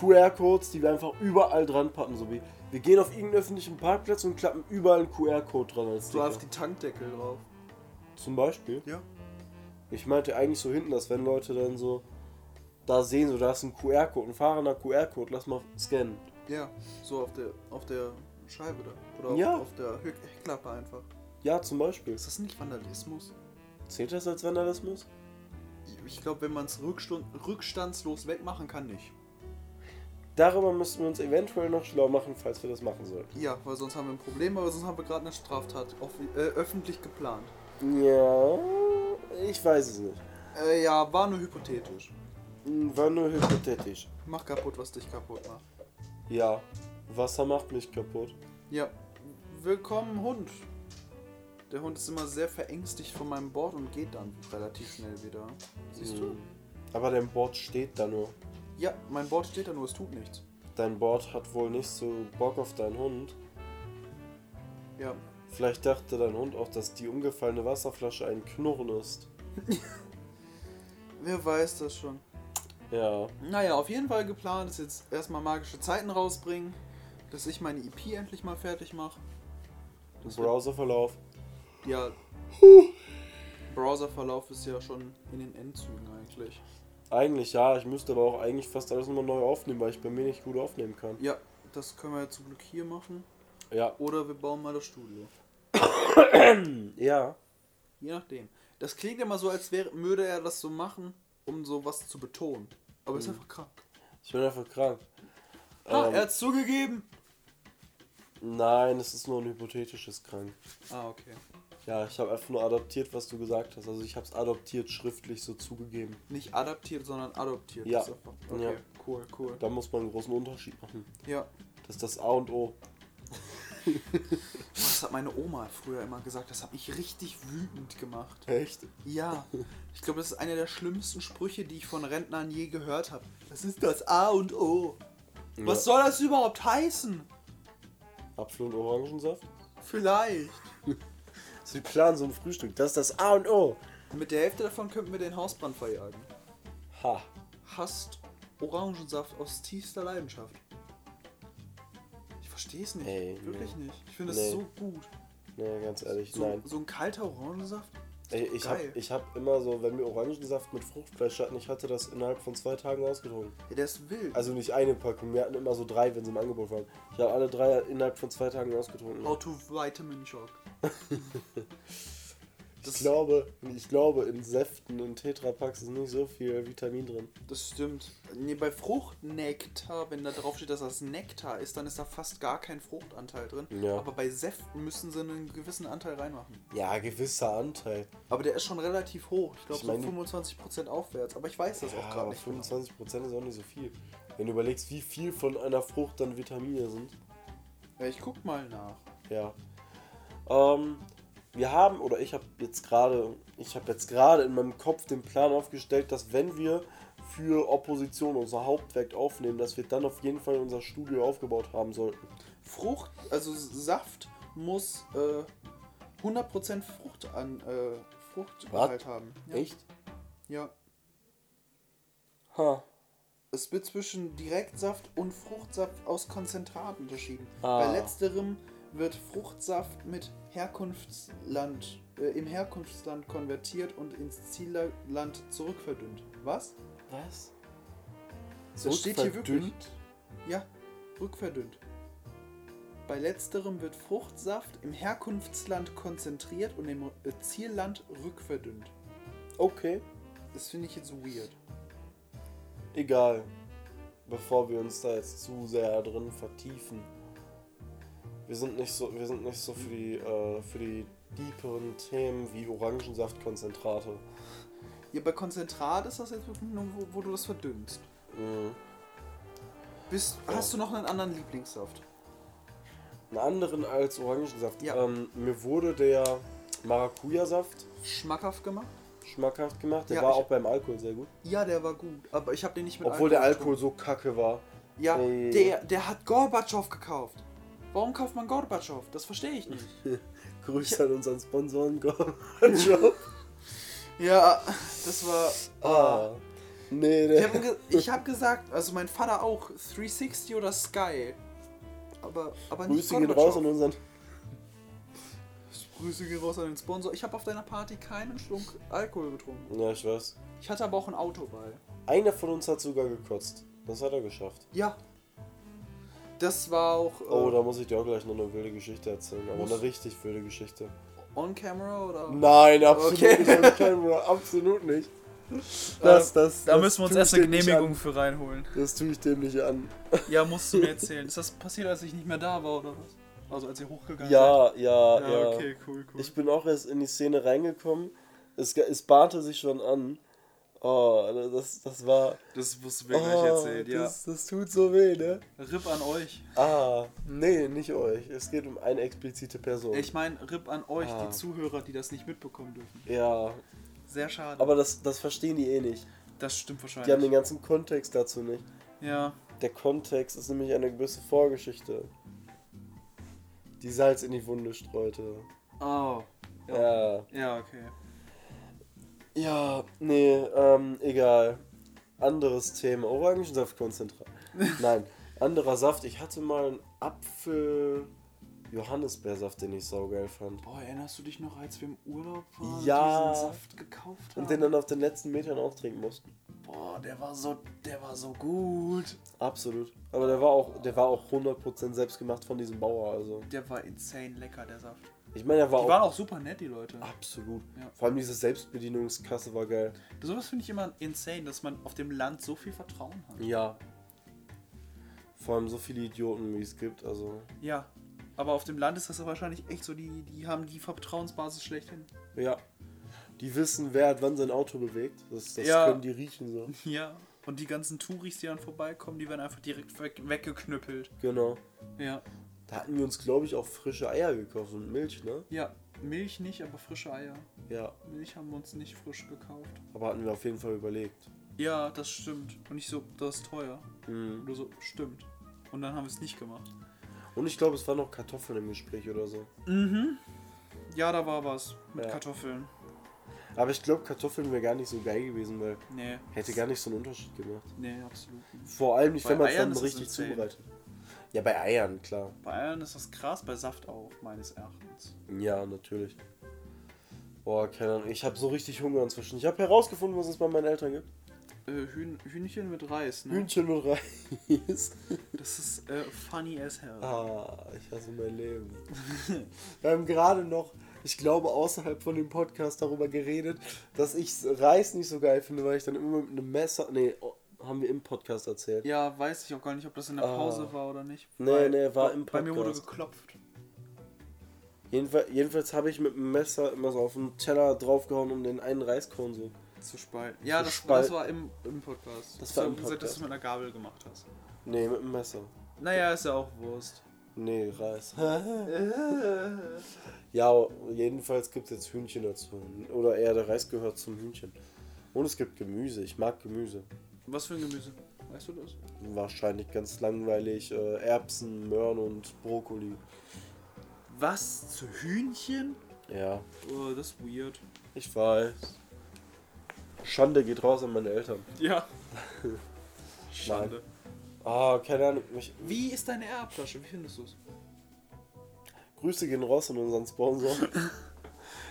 QR-Codes, die wir einfach überall dran pappen. So wie wir gehen auf irgendeinen öffentlichen Parkplatz und klappen überall einen QR-Code dran als So Sticker. auf die Tankdeckel drauf. Zum Beispiel. Ja. Ich meinte eigentlich so hinten, dass wenn Leute dann so da sehen, so da ist ein QR-Code, ein fahrender QR-Code, lass mal scannen. Ja. So auf der auf der Scheibe da. Oder auf- Ja. auf der Hö- Heckklappe einfach. Ja, zum Beispiel. Ist das nicht Vandalismus? Zählt das als Vandalismus? Ich glaube, wenn man es rückstandslos wegmachen kann, nicht. Darüber müssten wir uns eventuell noch schlau machen, falls wir das machen sollten. Ja, weil sonst haben wir ein Problem, aber sonst haben wir gerade eine Straftat auf, äh, öffentlich geplant. Ja, ich weiß es nicht. Äh, ja, war nur hypothetisch. Hm, War nur hypothetisch. Mach kaputt, was dich kaputt macht. Ja, Wasser macht mich kaputt. Ja, willkommen Hund. Der Hund ist immer sehr verängstigt von meinem Board und geht dann relativ schnell wieder. Siehst du? Hm. Aber dein Board steht da nur. Ja, mein Board steht da nur, es tut nichts. Dein Board hat wohl nicht so Bock auf deinen Hund. Ja. Vielleicht dachte dein Hund auch, dass die umgefallene Wasserflasche ein Knurren ist. Wer weiß das schon. Ja. Naja, auf jeden Fall geplant ist jetzt erstmal magische Zeiten rausbringen, dass ich meine EP endlich mal fertig mache. Das wird- Browserverlauf. Ja. Browserverlauf ist ja schon in den Endzügen eigentlich. Eigentlich ja, ich müsste aber auch eigentlich fast alles nochmal neu aufnehmen, weil ich bei mir nicht gut aufnehmen kann. Ja, das können wir ja zum Glück hier machen. Ja. Oder wir bauen mal das Studio. Ja. Je nachdem. Das klingt immer so, als wäre, würde er das so machen, um so was zu betonen. Aber ist einfach krank. Ich bin einfach krank. Mhm. Ah, Ähm, er hat's zugegeben. Nein, es ist nur ein hypothetisches Krank. Ah, okay. Ja, ich habe einfach nur adoptiert, was du gesagt hast. Also ich habe es adoptiert, schriftlich so zugegeben. Nicht adaptiert, sondern adoptiert. Ja. Das ist einfach- Okay, Ja. cool, cool. Da muss man einen großen Unterschied machen. Ja. Das ist das A und O. Das hat meine Oma früher immer gesagt. Das hat mich richtig wütend gemacht. Echt? Ja, ich glaube, das ist einer der schlimmsten Sprüche, die ich von Rentnern je gehört habe. Das ist das A und O. Was soll das überhaupt heißen? Apfel und Orangensaft? Vielleicht. Sie planen so ein Frühstück. Das ist das A und O. Mit der Hälfte davon könnten wir den Hausbrand verjagen. Ha. Hasst Orangensaft aus tiefster Leidenschaft. Ich verstehe es nicht. Ey, Wirklich nee. nicht. Ich finde das Nee. so gut. Nee, ganz ehrlich, So, nein. so ein kalter Orangensaft? Ey, ich habe geil. hab immer so, wenn wir Orangensaft mit Fruchtfleisch hatten, ich hatte das innerhalb von zwei Tagen ausgetrunken. Ja, der ist wild. Also nicht eine Packung, wir hatten immer so drei, wenn sie im Angebot waren. Ich habe alle drei innerhalb von zwei Tagen ausgetrunken. Oh, Auto-Vitamin Shock. ich, glaube, ich glaube, in Säften und Tetrapacks ist nicht so viel Vitamin drin. Das stimmt. Nee, bei Fruchtnektar, wenn da drauf steht, dass das Nektar ist, dann ist da fast gar kein Fruchtanteil drin. Ja. Aber bei Säften müssen sie einen gewissen Anteil reinmachen. Ja, gewisser Anteil. Aber der ist schon relativ hoch. Ich glaube Ich meine- so 25% aufwärts. Aber ich weiß das Ja, auch gerade aber nicht. genau. 25% ist auch nicht so viel. Wenn du überlegst, wie viel von einer Frucht dann Vitamine sind. Ja, ich guck mal nach. Ja. Ähm, wir haben, oder ich habe jetzt gerade, ich habe jetzt gerade in meinem Kopf den Plan aufgestellt, dass wenn wir für Opposition unser Hauptwerk aufnehmen, dass wir dann auf jeden Fall unser Studio aufgebaut haben sollten. Frucht, also Saft muss äh, 100% Frucht an, äh, Fruchtgehalt haben. Ja. Echt? Ja. Ha. Es wird zwischen Direktsaft und Fruchtsaft aus Konzentrat unterschieden. Ah. Bei letzterem wird Fruchtsaft mit Herkunftsland äh, im Herkunftsland konvertiert und ins Zielland zurückverdünnt. Was? Was? Das steht hier wirklich. Rückverdünnt? Ja, rückverdünnt. Bei letzterem wird Fruchtsaft im Herkunftsland konzentriert und im äh, Zielland rückverdünnt. Okay, Das finde ich jetzt weird. egal. Bevor wir uns da jetzt zu sehr drin vertiefen. Wir sind nicht so, wir sind nicht so für die, äh, für die deeperen Themen wie Orangensaftkonzentrate. Ja, bei Konzentrat ist das jetzt wirklich nur, wo, wo du das verdünnst. Mhm. Bist, Hast du noch einen anderen Lieblingssaft? Einen anderen als Orangensaft. Ja. Ähm, mir wurde der Maracuja-Saft Schmackhaft gemacht? schmackhaft gemacht. Der Ja, war ich- auch beim Alkohol sehr gut. Ja, der war gut, aber ich habe den nicht mit Obwohl der Alkohol so Alkohol kacke war. getrunken. Ja, Ey. der, der hat Gorbatschow gekauft. Warum kauft man Gorbatschow? Das verstehe ich Mhm. nicht. Grüße an unseren Sponsoren Gorbatschow. ja, das war. oh. ah. Nee, Ich der. habe ge ich hab gesagt, also mein Vater auch, 360 oder Sky. Aber, aber nicht Grüße gehen raus an Gorbatschow. unseren. Grüße gehen raus an den Sponsor. Ich habe auf deiner Party keinen Schluck Alkohol getrunken. Ja, ich weiß. Ich hatte aber auch ein Auto bei. Einer von uns hat sogar gekotzt. Das hat er geschafft. Ja. Das war auch äh, Oh, da muss ich dir auch gleich noch eine wilde Geschichte erzählen. Aber Muss- eine richtig wilde Geschichte. on camera Oh. oder? Nein, absolut Okay. nicht. on camera, absolut nicht. Ähm, Das, das, Da das müssen wir tue uns ich erst eine dem nicht Genehmigung für reinholen. An. Das tue ich dem nicht an. Ja, musst du mir erzählen. Ist das passiert, als ich nicht mehr da war oder was? Also als ihr hochgegangen Ja, ja, seid? ja. Ah, okay, cool, cool. Ich bin auch erst in die Szene reingekommen. Es, ga- es bahnte sich schon an. Oh, das, das war. das musst du mir gleich Oh, erzählen, ja. das, das tut so weh, ne? RIP an euch. Ah, nee, nicht euch. Es geht um eine explizite Person. Ich meine, RIP an euch, Oh. Ah. die Zuhörer, die das nicht mitbekommen dürfen. ja, Sehr schade. aber das, das verstehen die eh nicht. das stimmt Die haben wahrscheinlich. den ganzen Kontext dazu nicht. ja, Der Kontext ist nämlich eine gewisse Vorgeschichte, die Salz in die Wunde streute. oh. Ja. Ja. ja, okay. Ja, nee, ähm, egal. Anderes Thema. Orangensaftkonzentrat. Nein, anderer Saft. Ich hatte mal einen Apfel-Johannisbeersaft, den ich saugeil fand. Boah, erinnerst du dich noch, als wir im Urlaub waren Ja. und diesen Saft gekauft haben? Und den dann auf den letzten Metern auftrinken musst. Boah, der war so, der war so gut. Absolut. Aber der war auch, der war auch 100% selbst gemacht von diesem Bauer. Also, Der war insane lecker, der Saft. Die ich meine, der war waren auch. auch super nett, die Leute. Absolut. Ja. Vor allem diese Selbstbedienungskasse war geil. Sowas finde ich immer insane, dass man auf dem Land so viel Vertrauen hat. Ja. Vor allem so viele Idioten, wie es gibt. Also, Ja, aber auf dem Land ist das ja wahrscheinlich echt so, die, die haben die Vertrauensbasis schlechthin. ja. Die wissen, wer hat wann sein Auto bewegt. Das, das Ja. können die riechen so. Ja. Und die ganzen Touris, die dann vorbeikommen, die werden einfach direkt weg, weggeknüppelt. Genau. Ja. Da hatten wir uns, glaube ich, auch frische Eier gekauft und Milch, ne? Ja, Milch nicht, aber frische Eier. Ja. Milch haben wir uns nicht frisch gekauft. Aber hatten wir auf jeden Fall überlegt. Ja, das stimmt. Und nicht so, das ist teuer. Mhm. Oder so, stimmt. Und dann haben wir es nicht gemacht. Und ich glaube, es waren noch Kartoffeln im Gespräch oder so. Mhm. Ja, da war was. Mit Ja. Kartoffeln. Aber ich glaube, Kartoffeln wäre gar nicht so geil gewesen, weil Nee. hätte gar nicht so einen Unterschied gemacht. Nee, absolut nicht. Vor allem nicht, Bei wenn man es Eiern dann ist es richtig insane. zubereitet. Ja, bei Eiern, klar. Bei Eiern ist das krass, bei Saft auch, meines Erachtens. Ja, natürlich. Boah, keine Ahnung. Ich habe so richtig Hunger inzwischen. Ich habe herausgefunden, was es bei meinen Eltern gibt. Äh, Hühn, Hühnchen mit Reis, ne? Hühnchen mit Reis. Das ist äh, funny as hell. Ah, ich hasse mein Leben. Wir haben gerade noch, ich glaube, außerhalb von dem Podcast darüber geredet, dass ich Reis nicht so geil finde, weil ich dann immer mit einem Messer. Nee, oh, haben wir im Podcast erzählt. Ja, weiß ich auch gar nicht, ob das in der Ah. Pause war oder nicht. Nee, Weil nee, war bei- im Bei mir wurde Podcast. geklopft. Jedenfalls, jedenfalls habe ich mit dem Messer immer so auf den Teller draufgehauen, um den einen Reiskorn so. Zu spalten. Ja, Zu das, das spalten. war im, im Podcast. Das Du war hast im gesagt, dass Podcast. du es mit einer Gabel gemacht hast. Nee, mit dem Messer. Naja, ist ja auch Wurst. Nee, Reis. Äh, Ja, jedenfalls gibt es jetzt Hühnchen dazu. Oder eher der Reis gehört zum Hühnchen. Und es gibt Gemüse. Ich mag Gemüse. Was für ein Gemüse? Weißt du das? Wahrscheinlich ganz langweilig. Äh, Erbsen, Möhren und Brokkoli. Was? Zu Hühnchen? Ja, Oh, das ist weird. ich weiß. Schande geht raus an meine Eltern. Ja. Schade. Ah, keine Ahnung. Mich, Wie ist deine Erbflasche? Wie findest du es? Grüße gehen raus an unseren Sponsor.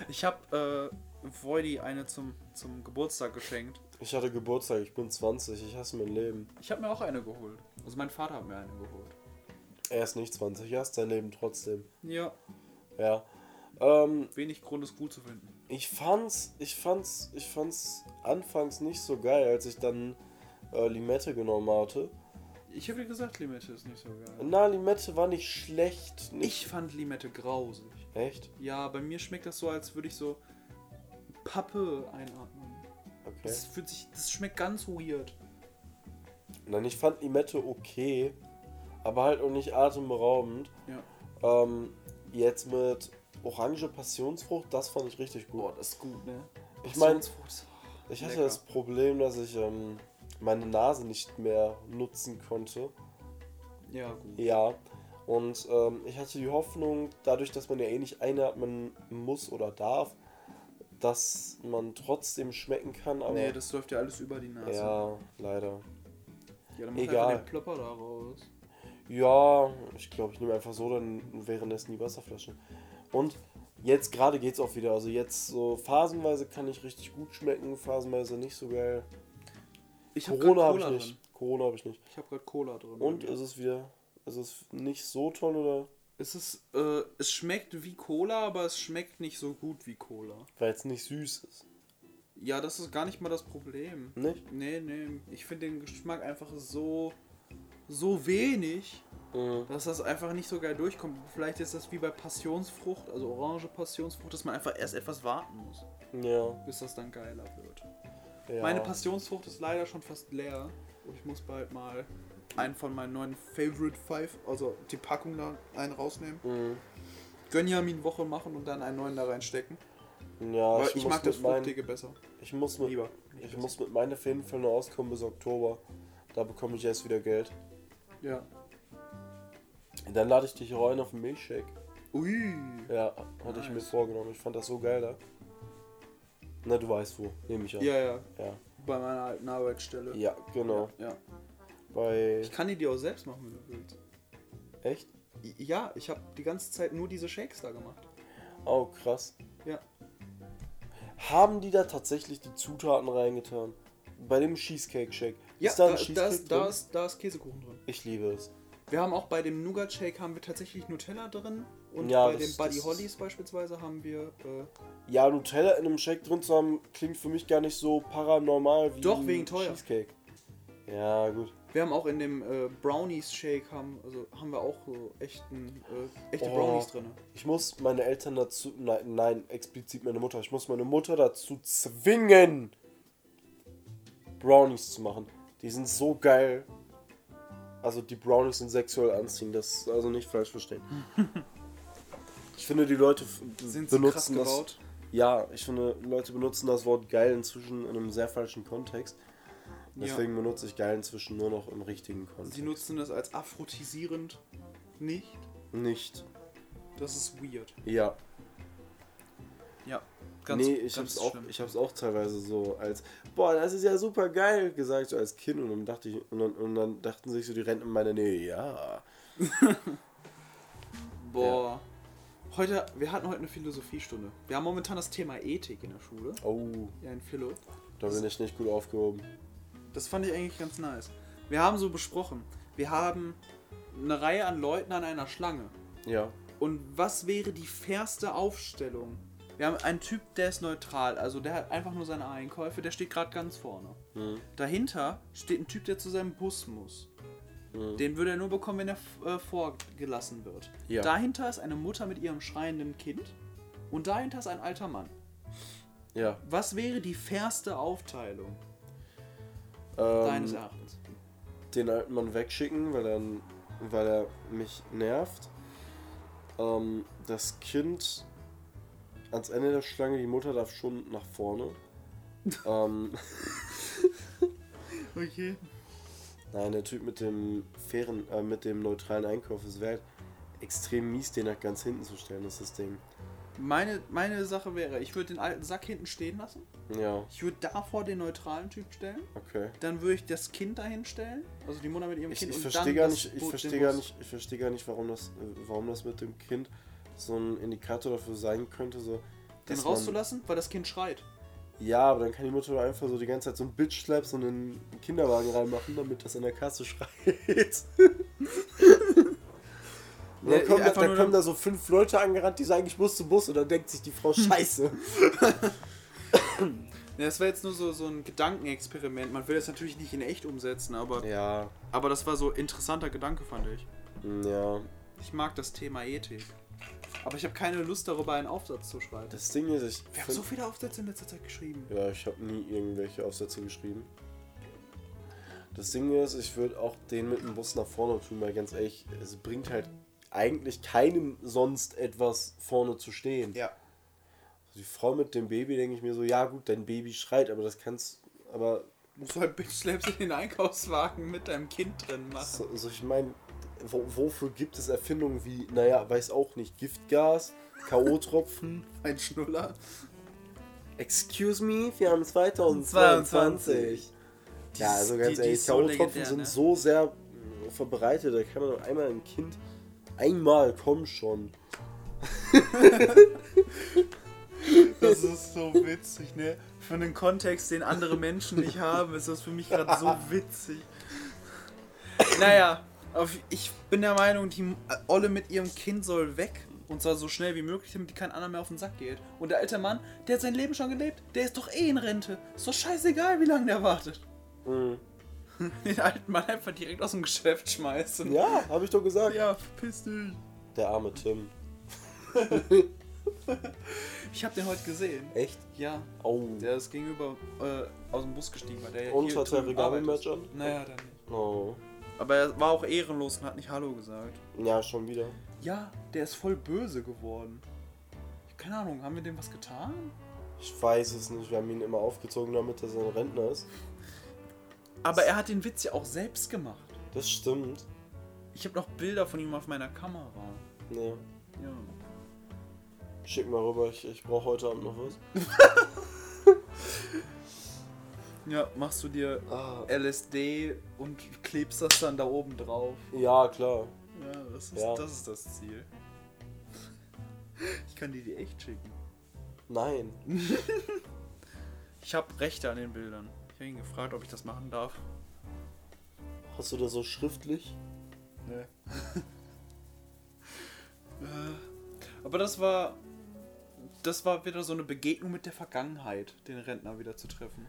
Ich habe äh, Voidy eine zum, zum Geburtstag geschenkt. Ich hatte Geburtstag, ich bin 20, ich hasse mein Leben. Ich habe mir auch eine geholt. Also mein Vater hat mir eine geholt. Er ist nicht 20, er hasst sein Leben trotzdem. Ja, Ja. Ähm, wenig Grund, es gut zu finden. Ich fand's, ich fand's, ich fand's anfangs nicht so geil, als ich dann äh, Limette genommen hatte. Ich habe dir gesagt, Limette ist nicht so geil. Na, Limette war nicht schlecht. Nicht Ich fand Limette grausig. echt? Ja, bei mir schmeckt das so, als würde ich so Pappe einatmen. Okay. Das, fühlt sich, das schmeckt ganz weird. Nein, ich fand Limette okay, aber halt auch nicht atemberaubend. Ja. Ähm, jetzt mit Orange Passionsfrucht, das fand ich richtig gut. das ist gut, ne? Ich mein, Passionsfrucht. Ich hatte lecker. das Problem, dass ich ähm, meine Nase nicht mehr nutzen konnte. Ja, gut. Ja, und ähm, ich hatte die Hoffnung, dadurch, dass man ja eh nicht einatmen muss oder darf, dass man trotzdem schmecken kann, aber. Nee, das läuft ja alles über die Nase. ja, leider. ja dann mach egal. einfach den Plopper da raus. Ja, ich glaube, ich nehme einfach so dann währenddessen die Wasserflasche. Und jetzt gerade geht's auch wieder. Also jetzt so phasenweise kann ich richtig gut schmecken, phasenweise nicht so geil. Ich hab grad Corona habe ich Cola nicht. Drin. Corona habe ich nicht. Ich habe gerade Cola drin. Und bei mir. ist es ist wieder. Also ist nicht so toll oder? Es ist, äh, es schmeckt wie Cola, aber es schmeckt nicht so gut wie Cola. Weil es nicht süß ist. Ja, das ist gar nicht mal das Problem. Nicht? Nee, nee, ich finde den Geschmack einfach so, so wenig, dass das einfach nicht so geil durchkommt. Vielleicht ist das wie bei Passionsfrucht, also orange Passionsfrucht, dass man einfach erst etwas warten muss, Ja. bis das dann geiler wird. ja. Meine Passionsfrucht ist leider schon fast leer und ich muss bald mal einen von meinen neuen Favorite Five, also die Packung da einen rausnehmen, Mhm. Gönjamin Woche machen und dann einen neuen da reinstecken. Ja, Weil ich, ich muss mag das mit meinen- Fruchtige besser. Ich muss mit, Lieber. ich muss mit meinen auf jeden Fall nur auskommen bis Oktober. Da bekomme ich erst wieder Geld. Ja. Und dann lade ich dich auch ein auf den Milchshake. Ui. Ja, hatte ich mir Nice. vorgenommen. Ich fand das so geil da. Na, du weißt wo. Nehme ich an. Ja, ja. Ja, Bei meiner alten Arbeitsstelle. ja genau. Ja. Bei. Ich kann die dir auch selbst machen, wenn du willst. Echt? I- Ja, ich habe die ganze Zeit nur diese Shakes da gemacht. Oh, krass. Ja. Haben die da tatsächlich die Zutaten reingetan? Bei dem Cheesecake Shake. Ja, ist da da, ein da, Cheesecake ist, da, drin? ist, da ist Käsekuchen drin. Ich liebe es. Wir haben auch bei dem Nougat Shake haben wir tatsächlich Nutella drin. Und Ja, bei das- dem Buddy das- Hollies beispielsweise haben wir... Äh, Ja, Nutella in einem Shake drin zu haben, klingt für mich gar nicht so paranormal wie Doch, wegen teuer. Cheesecake. Ja, gut. wir haben auch in dem äh, Brownies Shake haben, also haben wir auch so echten, äh, echte Oh. Brownies drin. Ich muss meine Eltern dazu. Nein, nein, explizit meine Mutter. Ich muss meine Mutter dazu zwingen, Brownies zu machen. Die sind so geil. Also, die Brownies sind sexuell anziehend. Das also nicht falsch verstehen. Ich finde, die Leute f- Sind sie krass benutzen das. gebaut? Ja, ich finde, Leute benutzen das Wort geil inzwischen in einem sehr falschen Kontext. Deswegen benutze ich geil inzwischen nur noch im richtigen Kontext. Sie nutzen das als aphrotisierend nicht. Nicht. Das ist weird. Ja. Ja, nee, ich hab's, auch, ich hab's auch teilweise so als, boah, das ist ja super geil gesagt, so als Kind. Und dann, dachte ich, und dann, und dann dachten sich so die Renten in meiner Nähe, ja. Boah. Heute, wir hatten heute eine Philosophiestunde. Wir haben momentan das Thema Ethik in der Schule. Oh, Ja, in Philo. da bin ich nicht gut aufgehoben. Das fand ich eigentlich ganz nice. Wir haben so besprochen, wir haben eine Reihe an Leuten an einer Schlange. Ja. Und was wäre die fairste Aufstellung? Wir haben einen Typ, der ist neutral, also der hat einfach nur seine Einkäufe, der steht gerade ganz vorne. Mhm. Dahinter steht ein Typ, der zu seinem Bus muss. Mhm. Den würde er nur bekommen, wenn er f- äh, vorgelassen wird. Ja. Dahinter ist eine Mutter mit ihrem schreienden Kind und dahinter ist ein alter Mann. Ja. Was wäre die fairste Aufteilung deines Ähm, Erachtens? den alten Mann wegschicken, weil er, weil er mich nervt. Ähm, das Kind ans Ende der Schlange, die Mutter darf schon nach vorne. ähm, Okay. Nein, der Typ mit dem fairen, äh, mit dem neutralen Einkauf ist wert. Extrem mies, den nach ganz hinten zu stellen, ist das Ding. Meine, meine Sache wäre, ich würde den alten Sack hinten stehen lassen. Ja, Ich würde davor den neutralen Typ stellen. okay. Dann würde ich das Kind dahin stellen, also die Mutter mit ihrem Ich, Kind. ich und verstehe dann gar das nicht, ich Boot, den verstehe gar Bus. nicht, ich verstehe gar nicht, warum das, äh, warum das mit dem Kind so ein Indikator dafür sein könnte, so. Den dass man- rauszulassen, weil das Kind schreit. Ja, aber dann kann die Mutter doch einfach so die ganze Zeit so ein bitch slap so einen Kinderwagen reinmachen, damit das in der Kasse schreit. Und Nee, dann kommen, da, einfach dann nur kommen dann- da so fünf Leute angerannt, die sagen, ich muss zum Bus und dann denkt sich die Frau, scheiße. Ja, das war jetzt nur so, so ein Gedankenexperiment. Man will das natürlich nicht in echt umsetzen, aber, ja, aber das war so interessanter Gedanke, fand ich. ja. Ich mag das Thema Ethik. Aber ich habe keine Lust darüber, einen Aufsatz zu schreiben. Das Ding ist, ich Wir haben find- so viele Aufsätze in letzter Zeit geschrieben. ja, ich habe nie irgendwelche Aufsätze geschrieben. Das Ding ist, ich würde auch den mit dem Bus nach vorne tun, weil ganz ehrlich, es bringt halt eigentlich keinem sonst etwas vorne zu stehen. Ja. Die Frau mit dem Baby denke ich mir so, ja gut, dein Baby schreit, aber das kannst, aber So ein Bitch Slaps in den Einkaufswagen mit deinem Kind drin machen. so, so ich meine, wo, wofür gibt es Erfindungen wie, naja, weiß auch nicht, Giftgas, KO-Tropfen? Ein Schnuller. Excuse me, wir haben 2022. Ja, also ganz die- die ehrlich, ist so K.O.-Tropfen legendär, sind ne? so sehr mh, verbreitet, da kann man doch einmal ein Kind. Einmal, komm schon. Das ist so witzig, ne? Für einen Kontext, den andere Menschen nicht haben, ist das für mich gerade so witzig. Naja, Aber ich bin der Meinung, die Olle mit ihrem Kind soll weg. Und zwar so schnell wie möglich, damit die kein anderer mehr auf den Sack geht. Und der alte Mann, der hat sein Leben schon gelebt, der ist doch eh in Rente. Ist doch scheißegal, wie lange der wartet. Mhm. Den alten Mann einfach direkt aus dem Geschäft schmeißen. Ja, habe ich doch gesagt. Ja, verpiss dich. Der arme Tim. Ich hab den heute gesehen. Echt? Ja, Oh. der ist gegenüber äh, aus dem Bus gestiegen, weil der ja Und hat drüben er Regabe-Match arbeitet. an? Naja, dann nicht. Oh. Aber er war auch ehrenlos und hat nicht Hallo gesagt. Ja, schon wieder. Ja, der ist voll böse geworden. Keine Ahnung, haben wir dem was getan? Ich weiß es nicht. Wir haben ihn immer aufgezogen, damit er so ein Rentner ist. Aber er hat den Witz ja auch selbst gemacht. Das stimmt. Ich habe noch Bilder von ihm auf meiner Kamera. Nee. Ja. Schick mal rüber. Ich, ich brauche heute Abend noch was. Ja, machst du dir Ah. LSD und klebst das dann da oben drauf. Ja, klar. Ja, das ist, Ja. Das, ist das Ziel. Ich kann die dir echt schicken. Nein. Ich habe Rechte an den Bildern. Ich habe ihn gefragt, ob ich das machen darf. Hast du das so schriftlich? Nee. Äh, Aber das war. Das war wieder so eine Begegnung mit der Vergangenheit, den Rentner wieder zu treffen.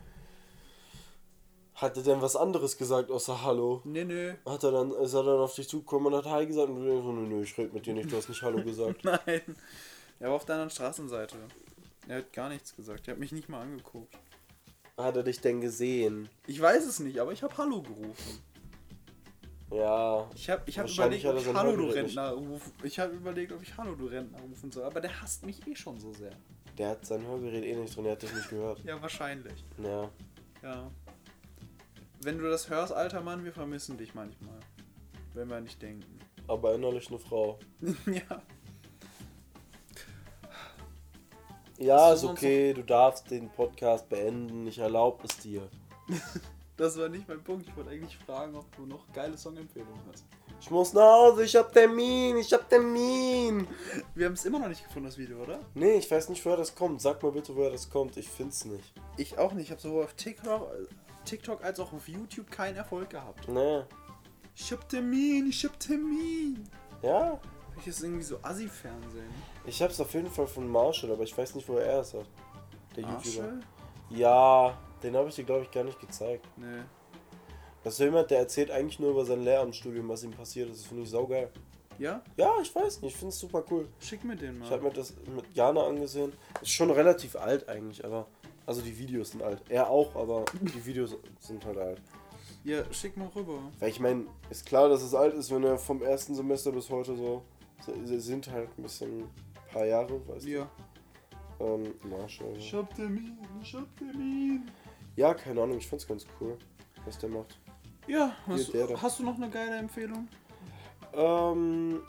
Hat er denn was anderes gesagt außer Hallo? Nee, nee. Hat er dann, ist er dann auf dich zugekommen und hat Hi gesagt und du denkst so, nö, nö, ich red mit dir nicht, du hast nicht Hallo gesagt. Nein. Er war auf der anderen Straßenseite. Er hat gar nichts gesagt. Er hat mich nicht mal angeguckt. hat er dich denn gesehen? Ich weiß es nicht, aber ich habe Hallo gerufen. Ja. Ich habe ich hab Wahrscheinlich überlegt, ob hat er ich sein Hallo, Hobby du nicht. Rentner rufen. Ich habe überlegt, ob ich Hallo, du Rentner rufen soll. Aber der hasst mich eh schon so sehr. Der hat sein Hörgerät eh nicht drin, der hat dich nicht gehört. Ja, wahrscheinlich. Ja. Ja. Wenn du das hörst, alter Mann, wir vermissen dich manchmal. Wenn wir nicht denken. Aber innerlich eine Frau. ja. Ja, ist Hast halt du sonst okay, du darfst den Podcast beenden, ich erlaube es dir. Das war nicht mein Punkt. Ich wollte eigentlich fragen, ob du noch geile Songempfehlungen hast. Ich muss nach Hause, ich hab Termin, ich hab Termin. Wir haben es immer noch nicht gefunden, das Video, oder? Nee, ich weiß nicht, woher das kommt. Sag mal bitte, woher das kommt. Ich find's nicht. Ich auch nicht. Ich habe sowohl auf TikTok, äh, TikTok als auch auf YouTube keinen Erfolg gehabt. Nee. Ich hab Termin, ich hab Termin. Ja? Ich ist irgendwie so Assi-Fernsehen. Ich hab's auf jeden Fall von Marshall, aber ich weiß nicht, woher er es hat. Der YouTuber. Arschel? Ja, den habe ich dir, glaube ich, gar nicht gezeigt. Nee. Das ist so jemand, der erzählt eigentlich nur über sein Lehramtsstudium, was ihm passiert ist. Das finde ich saugeil. Ja? Ja, ich weiß nicht, ich finde es super cool. Schick mir den mal. Ich habe mir das mit Jana angesehen. Ist schon relativ alt eigentlich, aber. Also die Videos sind alt. Er auch, aber die Videos sind halt alt. ja, schick mal rüber. Weil ich meine, ist klar, dass es alt ist, wenn er vom ersten Semester bis heute so. so- Sie sind halt ein bisschen. ein paar Jahre, weißt Ja. du? Ähm, Marshall. ja. hab Termin, ich hab Termin. Ja, keine Ahnung, ich find's ganz cool, was der macht. Ja, hast, Hier, der da. hast du noch eine geile Empfehlung? Ähm,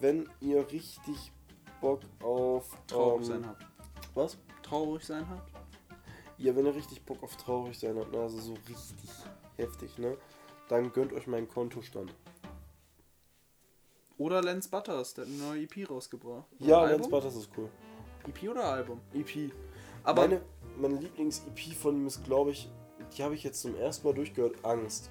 wenn ihr richtig Bock auf Traurig ähm, sein habt. Was? Traurig sein habt? Ja, wenn ihr richtig Bock auf traurig sein habt, ne, also so richtig heftig, ne? Dann gönnt euch meinen Kontostand. Oder Lance Butters, der hat eine neue EP rausgebracht. Oder ja, ein Lance Album? Butters ist cool. EP oder Album? EP. Aber meine meine Lieblings-EP von ihm ist, glaube ich, die habe ich jetzt zum ersten Mal durchgehört, Angst.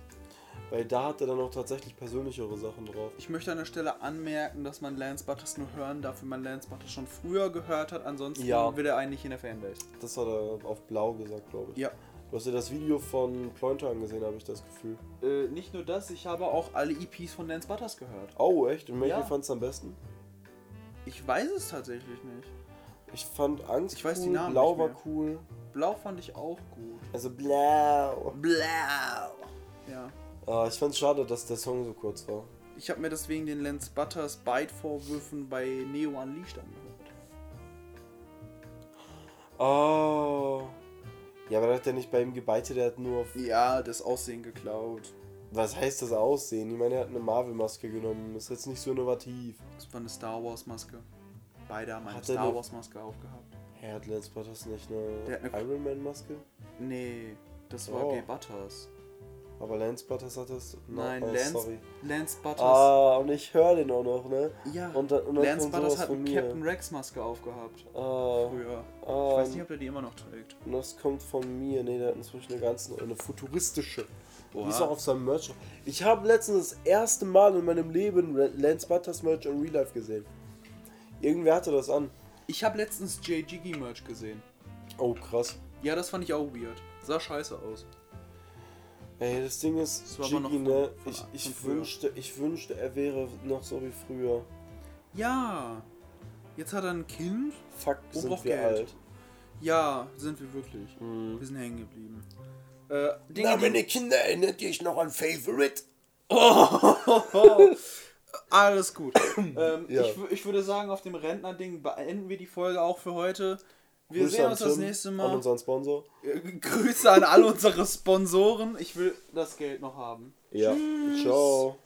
Weil da hat er dann auch tatsächlich persönlichere Sachen drauf. ich möchte an der Stelle anmerken, dass man Lance Butters nur hören darf, wenn man Lance Butters schon früher gehört hat. Ansonsten Ja. will er eigentlich in der Fanbase. Das hat er auf Blau gesagt, glaube ich. Ja. Du hast dir das Video von Plointer angesehen, habe ich das Gefühl. Äh, nicht nur das, ich habe auch alle EPs von Lance Butters gehört. Oh, echt? Und welche Ja. fandst du am besten? Ich weiß es tatsächlich nicht. Ich fand Angst Ich weiß cool, die Namen Blau nicht war mehr. cool. Blau fand ich auch gut. Also Blau. Blau! Ja. Ah, ich fand's schade, dass der Song so kurz war. Ich habe mir deswegen den Lance Butters Bite-Vorwürfen bei Neo Unleashed angehört. Oh. Ja, aber der hat ja nicht bei ihm gebeitet, der hat nur auf. Ja, das Aussehen geklaut. Was heißt das Aussehen? Ich meine, er hat eine Marvel-Maske genommen. Ist jetzt nicht so innovativ. Das war eine Star Wars Maske. Beide haben eine Hat er Star eine- Wars Maske aufgehabt. Er hat Lance Butters nicht eine, Der hat eine- Iron Man-Maske? Nee, das war Oh. Gay Butters. Aber Lance Butters hat das. Na, Nein, oh, Lance, Sorry. Lance Butters. Ah, und ich höre den auch noch, ne? ja, und dann- und dann Lance kommt Butters sowas hat von eine mir. Captain Rex Maske aufgehabt. Ah, Früher. ich ah, weiß nicht, ob der die immer noch trägt. und das kommt von mir. Ne, der hat inzwischen eine ganz eine futuristische Die ist auch auf seinem Merch. drauf. Ich habe letztens das erste Mal in meinem Leben Re- Lance Butters Merch in Real Life gesehen. Irgendwer hatte das an. Ich habe letztens Jay Jiggy Merch gesehen. Oh, krass. Ja, das fand ich auch weird. Sah scheiße aus. Ey, das Ding ist, Das war aber noch Jiggy, von- ne? von- Ich, von ich, früher. wünschte, ich wünschte, er wäre noch so wie früher. Ja. Jetzt hat er ein Kind. Fuck, Und sind braucht wir Geld. alt. Ja, sind wir wirklich. Mhm. Wir sind hängen geblieben. Äh, Dinge, die, meine Kinder, erinnert ihr euch noch an Favorite? alles gut. ähm, Ja. ich, wü- ich würde sagen, auf dem Rentner-Ding beenden wir die Folge auch für heute. Wir sehen uns das nächste An Mal. unseren Sponsor. Äh, Grüße an alle unsere Sponsoren. Ich will das Geld noch haben. Ja. Ciao.